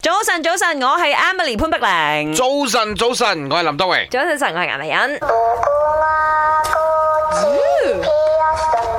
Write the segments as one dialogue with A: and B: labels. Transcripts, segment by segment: A: 早晨，早晨，我係 Emily 潘碧
B: 嗯
A: 玲。
C: 早晨，早晨，我系林德荣。
A: 早晨，早晨，我係顏麗欣。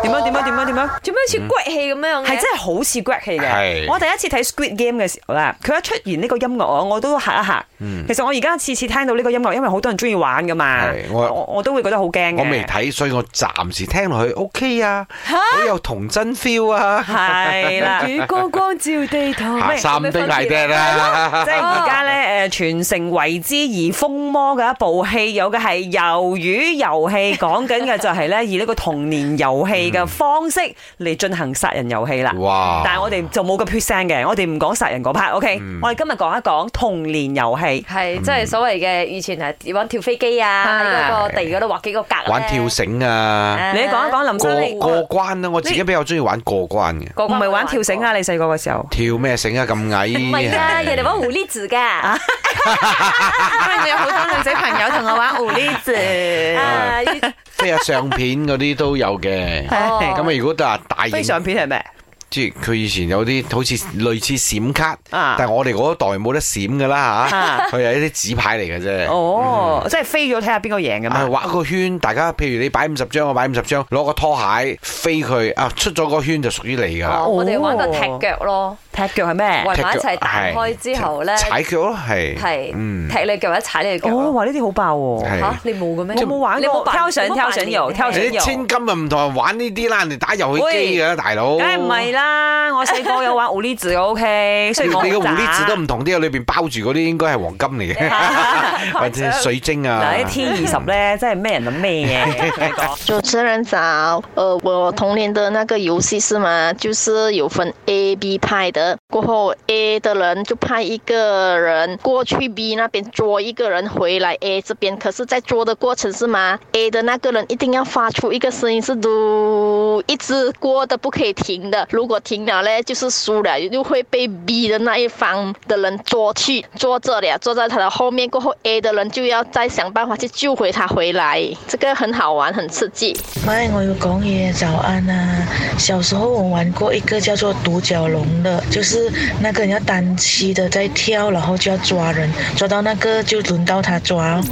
A: 點啊點啊點啊點啊！
B: 嗯做咩好似骨氣咁樣嘅？
A: 係真係好似 Greg 戲嘅。
C: 係
A: 我第一次睇 Squid Game 嘅時候啦，佢一出現呢個音樂，我我都嚇一嚇。
C: 嗯
B: 嗯
A: 其實我而家次次聽到呢個音樂，因為好多人中意玩噶嘛
C: 係，我
A: 我我都會覺得好驚嘅
C: 我未睇，所以我暫時聽落去 OK 啊，好有童真 feel 啊，
A: 係啦。
B: 月光光照地堂，
C: 下三
B: 有咩
C: 丁
B: 分別啊
C: 大爹啦
A: 即，係而家咧，誒全城為之而瘋魔嘅一部戲，有嘅係魷魚遊戲，講緊嘅就係咧以呢個童年遊戲嘅方式嚟進行殺人遊戲啦。
C: 哇！
A: 但係我哋就冇咁血腥嘅，我哋唔講殺人嗰 part，OK？我
C: 嗯
A: 哋今日講一講童年遊戲。
B: 係即係所謂嘅以前係玩跳飛機啊，喺嗰個地嗰度畫幾個格呢
C: 玩跳繩啊，
A: 你講一講林
C: 過
A: 生，你
C: 過關啊，我自己比較中意玩過關嘅。，
B: 個
A: 唔
B: 個
A: 係玩跳繩啊？你細個嘅時候
C: 跳咩繩啊？咁矮
B: 唔係㗎，人哋玩狐狸字㗎。啊
A: 因為啊我有好多女仔朋友同我玩狐狸 子，
C: 哎
B: 啊呢
C: 即係相片嗰啲都有 嘅。
B: 哦
C: 咁啊，如果大大
A: 飛
C: 型，
A: 相片係咩？
C: 即係佢以前有啲好似類似閃卡，
A: 啊
C: 但係我哋嗰代冇得閃噶啦
A: 啊
C: 吓，佢係一啲紙牌嚟嘅啫。
A: 哦，即係飛咗睇下邊個贏嘅嘛
C: 嗯啊，。畫一個圈，大家譬如你擺五十張，我擺五十張，攞個拖鞋飛佢啊，出咗個圈就屬於你噶啦。
B: 哦我哋玩個踢腳咯，
A: 踢腳係咩？
B: 圍
C: 踢腳
B: 埋一齊彈開之後咧
C: 係，踩腳咯，係
B: 係
C: 嗯
B: 踢你腳或者踩你腳
A: 哦，
B: 咯。
A: 哇！呢啲好爆喎。
C: 係
B: 嚇你冇嘅咩？
A: 我冇玩過
B: 你冇扮
A: 跳繩
B: 你冇
A: 跳
B: 扮
A: 繩遊
B: 年
A: 跳
C: 你
A: 繩
C: 啲千金啊唔同人玩呢啲啦，人哋打遊戲機㗎啦，大佬。
A: 梗係唔係啦，我細個有玩狐狸字嘅 OK，雖
C: 你
A: 然我
C: 你個狐
A: 好
C: 狸字
A: 渣
C: 都唔同啲啊，裏邊包住嗰啲應該係黃金嚟 嘅，或者水晶啊
A: 嗱，。一 T 二十咧，真係咩人諗咩 嘢。
D: 主持人早，呃，我童年的那个游戏是吗？就是有分 A、B 派的，过后 A 的人就派一个人过去 B 那边捉一个人回来 A 这边，可是，在捉的过程是吗？A 的那个人一定要发出一个声音是嘟，一直过的不可以停的，如果停了嘞，就是输了，就会被 B 的那一方的人捉去，捉这里，啊捉在他的后面，过后 A 的人就要再想办法去救回他回来，这个很好玩，很刺激。
E: 麦，哎我有讲嘢，早安啊！小时候我玩过一个叫做独角龙的，就是那个人要单膝的在跳，然后就要抓人，抓到那个就轮到他抓哦。